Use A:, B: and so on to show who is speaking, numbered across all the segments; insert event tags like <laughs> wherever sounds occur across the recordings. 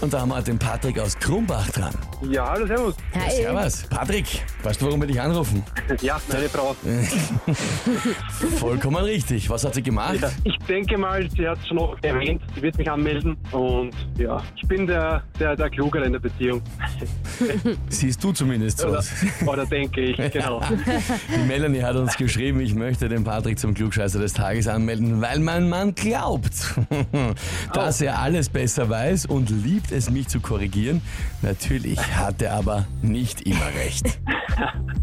A: Und da haben wir den Patrick aus Krumbach dran.
B: Ja, hallo, servus.
C: Hi.
A: Servus. Patrick, weißt du, warum wir dich anrufen?
B: Ja, meine Frau.
A: Vollkommen richtig. Was hat sie gemacht?
B: Ja, ich denke mal, sie hat es schon noch erwähnt, sie wird mich anmelden und ja, ich bin der, der, der Klugere in der Beziehung.
A: Siehst du zumindest so
B: Oder,
A: aus.
B: oder denke ich, genau.
A: Die Melanie hat uns geschrieben, ich möchte den Patrick zum Klugscheißer des Tages anmelden, weil mein Mann glaubt, <laughs> dass er alles besser weiß und liebt es, mich zu korrigieren. Natürlich hat er aber nicht immer recht.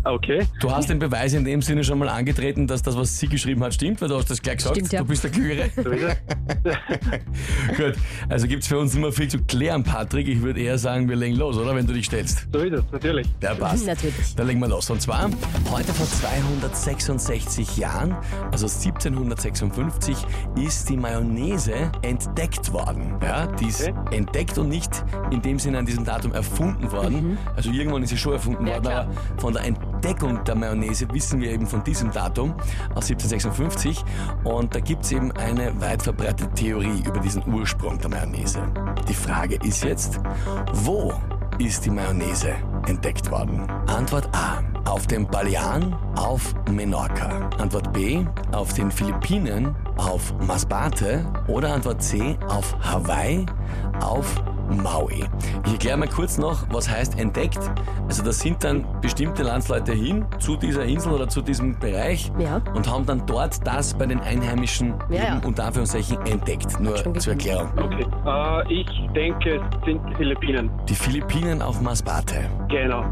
B: Okay.
A: Du hast den Beweis in dem Sinne schon mal angetreten, dass das, was sie geschrieben hat, stimmt, weil du hast das gleich gesagt,
C: Stimmt, ja.
A: du bist der Klügere.
B: So ist es.
A: Gut, also gibt's für uns nicht mehr viel zu klären, Patrick. Ich würde eher sagen, wir legen los, oder? Wenn du dich stellst.
B: So ist es, natürlich.
A: Der passt.
C: Mhm, Natürlich.
A: Dann legen wir los. Und zwar, heute vor 266 Jahren, also 1756, ist die Mayonnaise entdeckt worden. Ja, die ist
B: Okay.
A: entdeckt und nicht in dem Sinne an diesem Datum erfunden worden. Also irgendwann ist sie schon erfunden
C: Mhm. Ja,
A: worden,
C: klar.
A: aber von der Entdeckung der Mayonnaise wissen wir eben von diesem Datum aus 1756. Und da gibt es eben eine weit verbreitete Theorie über diesen Ursprung der Mayonnaise. Die Frage ist jetzt, wo ist die Mayonnaise entdeckt worden? Antwort A. Auf den Balearen, auf Menorca. Antwort B. Auf den Philippinen, auf Masbate. Oder Antwort C. Auf Hawaii, auf Maui. Ich erkläre mal kurz noch, was heißt entdeckt. Also da sind dann bestimmte Landsleute hin zu dieser Insel oder zu diesem Bereich
C: Ja.
A: und haben dann dort das bei den Einheimischen
C: Ja, ja.
A: eben unter Anführungszeichen entdeckt. Nur
C: schon
A: zur
C: gesehen.
A: Erklärung.
B: Okay. Äh, ich denke, es sind die Philippinen.
A: Die Philippinen auf Masbate.
B: Genau.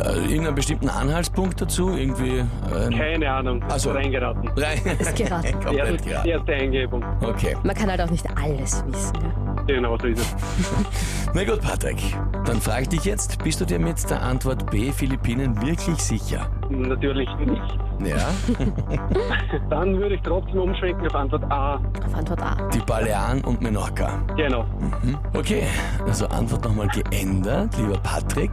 A: Äh, irgendeinen bestimmten Anhaltspunkt dazu? Irgendwie äh,
B: Keine Ahnung.
A: Ach so.
B: Reingeraten.
A: rein.
C: Geraten.
A: Äh, Komplett
B: Erste,
A: gerade.
B: erste Eingebung.
A: Okay.
C: Man kann halt auch nicht alles wissen. Ja.
B: Genau, so ist es.
A: Na gut, Patrick. Dann frage ich dich jetzt, bist du dir mit der Antwort B Philippinen wirklich sicher?
B: Natürlich nicht.
A: Ja.
B: Dann würde ich trotzdem umschwenken auf Antwort A.
C: Auf Antwort A.
A: Die Balearen und Menorca.
B: Genau.
A: Okay, also Antwort nochmal geändert, lieber Patrick.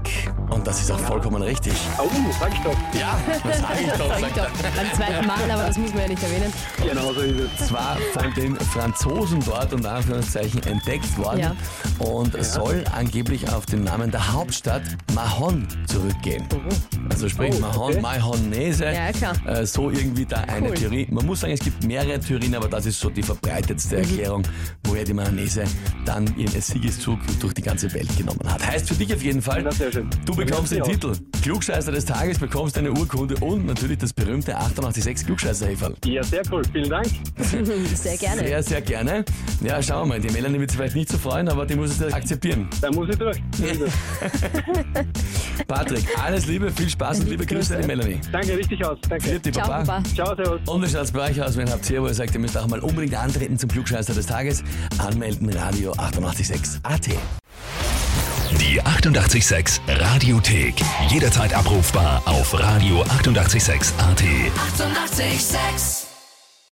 A: Und das ist auch vollkommen richtig.
B: Oh, sag ich doch.
A: Ja, das sage ich doch. sagt er.
C: Beim zweiten Mal, aber das muss man ja nicht erwähnen.
B: Genau, so ist es.
A: Zwar von den Franzosen dort unter Anführungszeichen entdeckt worden
C: Ja.
A: und soll angeblich auf den Namen der Hauptstadt Mahon zurückgehen. Also sprich
B: Oh,
A: Mahon,
B: okay.
A: Mahonese,
C: Ja, klar.
A: äh, so irgendwie da eine
C: Cool.
A: Theorie. Man muss sagen, es gibt mehrere Theorien, aber das ist so die
C: Mhm.
A: verbreitetste Erklärung, woher die Mahonese dann ihren Siegeszug durch die ganze Welt genommen hat. Heißt für dich auf jeden Fall,
B: Na, sehr schön.
A: du bekommst den
B: Ja.
A: Titel Klugscheißer des Tages, bekommst eine Urkunde und natürlich das berühmte 886 Klugscheißer-Häferl.
B: Ja, sehr cool. Vielen Dank.
C: Sehr gerne.
A: Sehr, sehr gerne. Ja, schauen wir mal. Die Melanie wird sich vielleicht nicht so freuen, aber die muss es ja akzeptieren.
B: Dann muss ich durch. So ist es.
A: Patrick, alles Liebe, viel Spaß und liebe Grüße an die Melanie.
B: Danke, richtig aus. Danke.
A: Vierte
C: Ciao,
A: Papa.
C: Papa.
B: Ciao, servus.
A: Und wie schaut's bei euch aus, wenn habt ihr, wo ihr sagt, ihr müsst auch mal unbedingt antreten zum Klugscheißer des Tages? Anmelden, Radio 886 AT.
D: Die 88,6 Radiothek. Jederzeit abrufbar auf radio886.at. 88,6.
E: Eighty-eight, sex.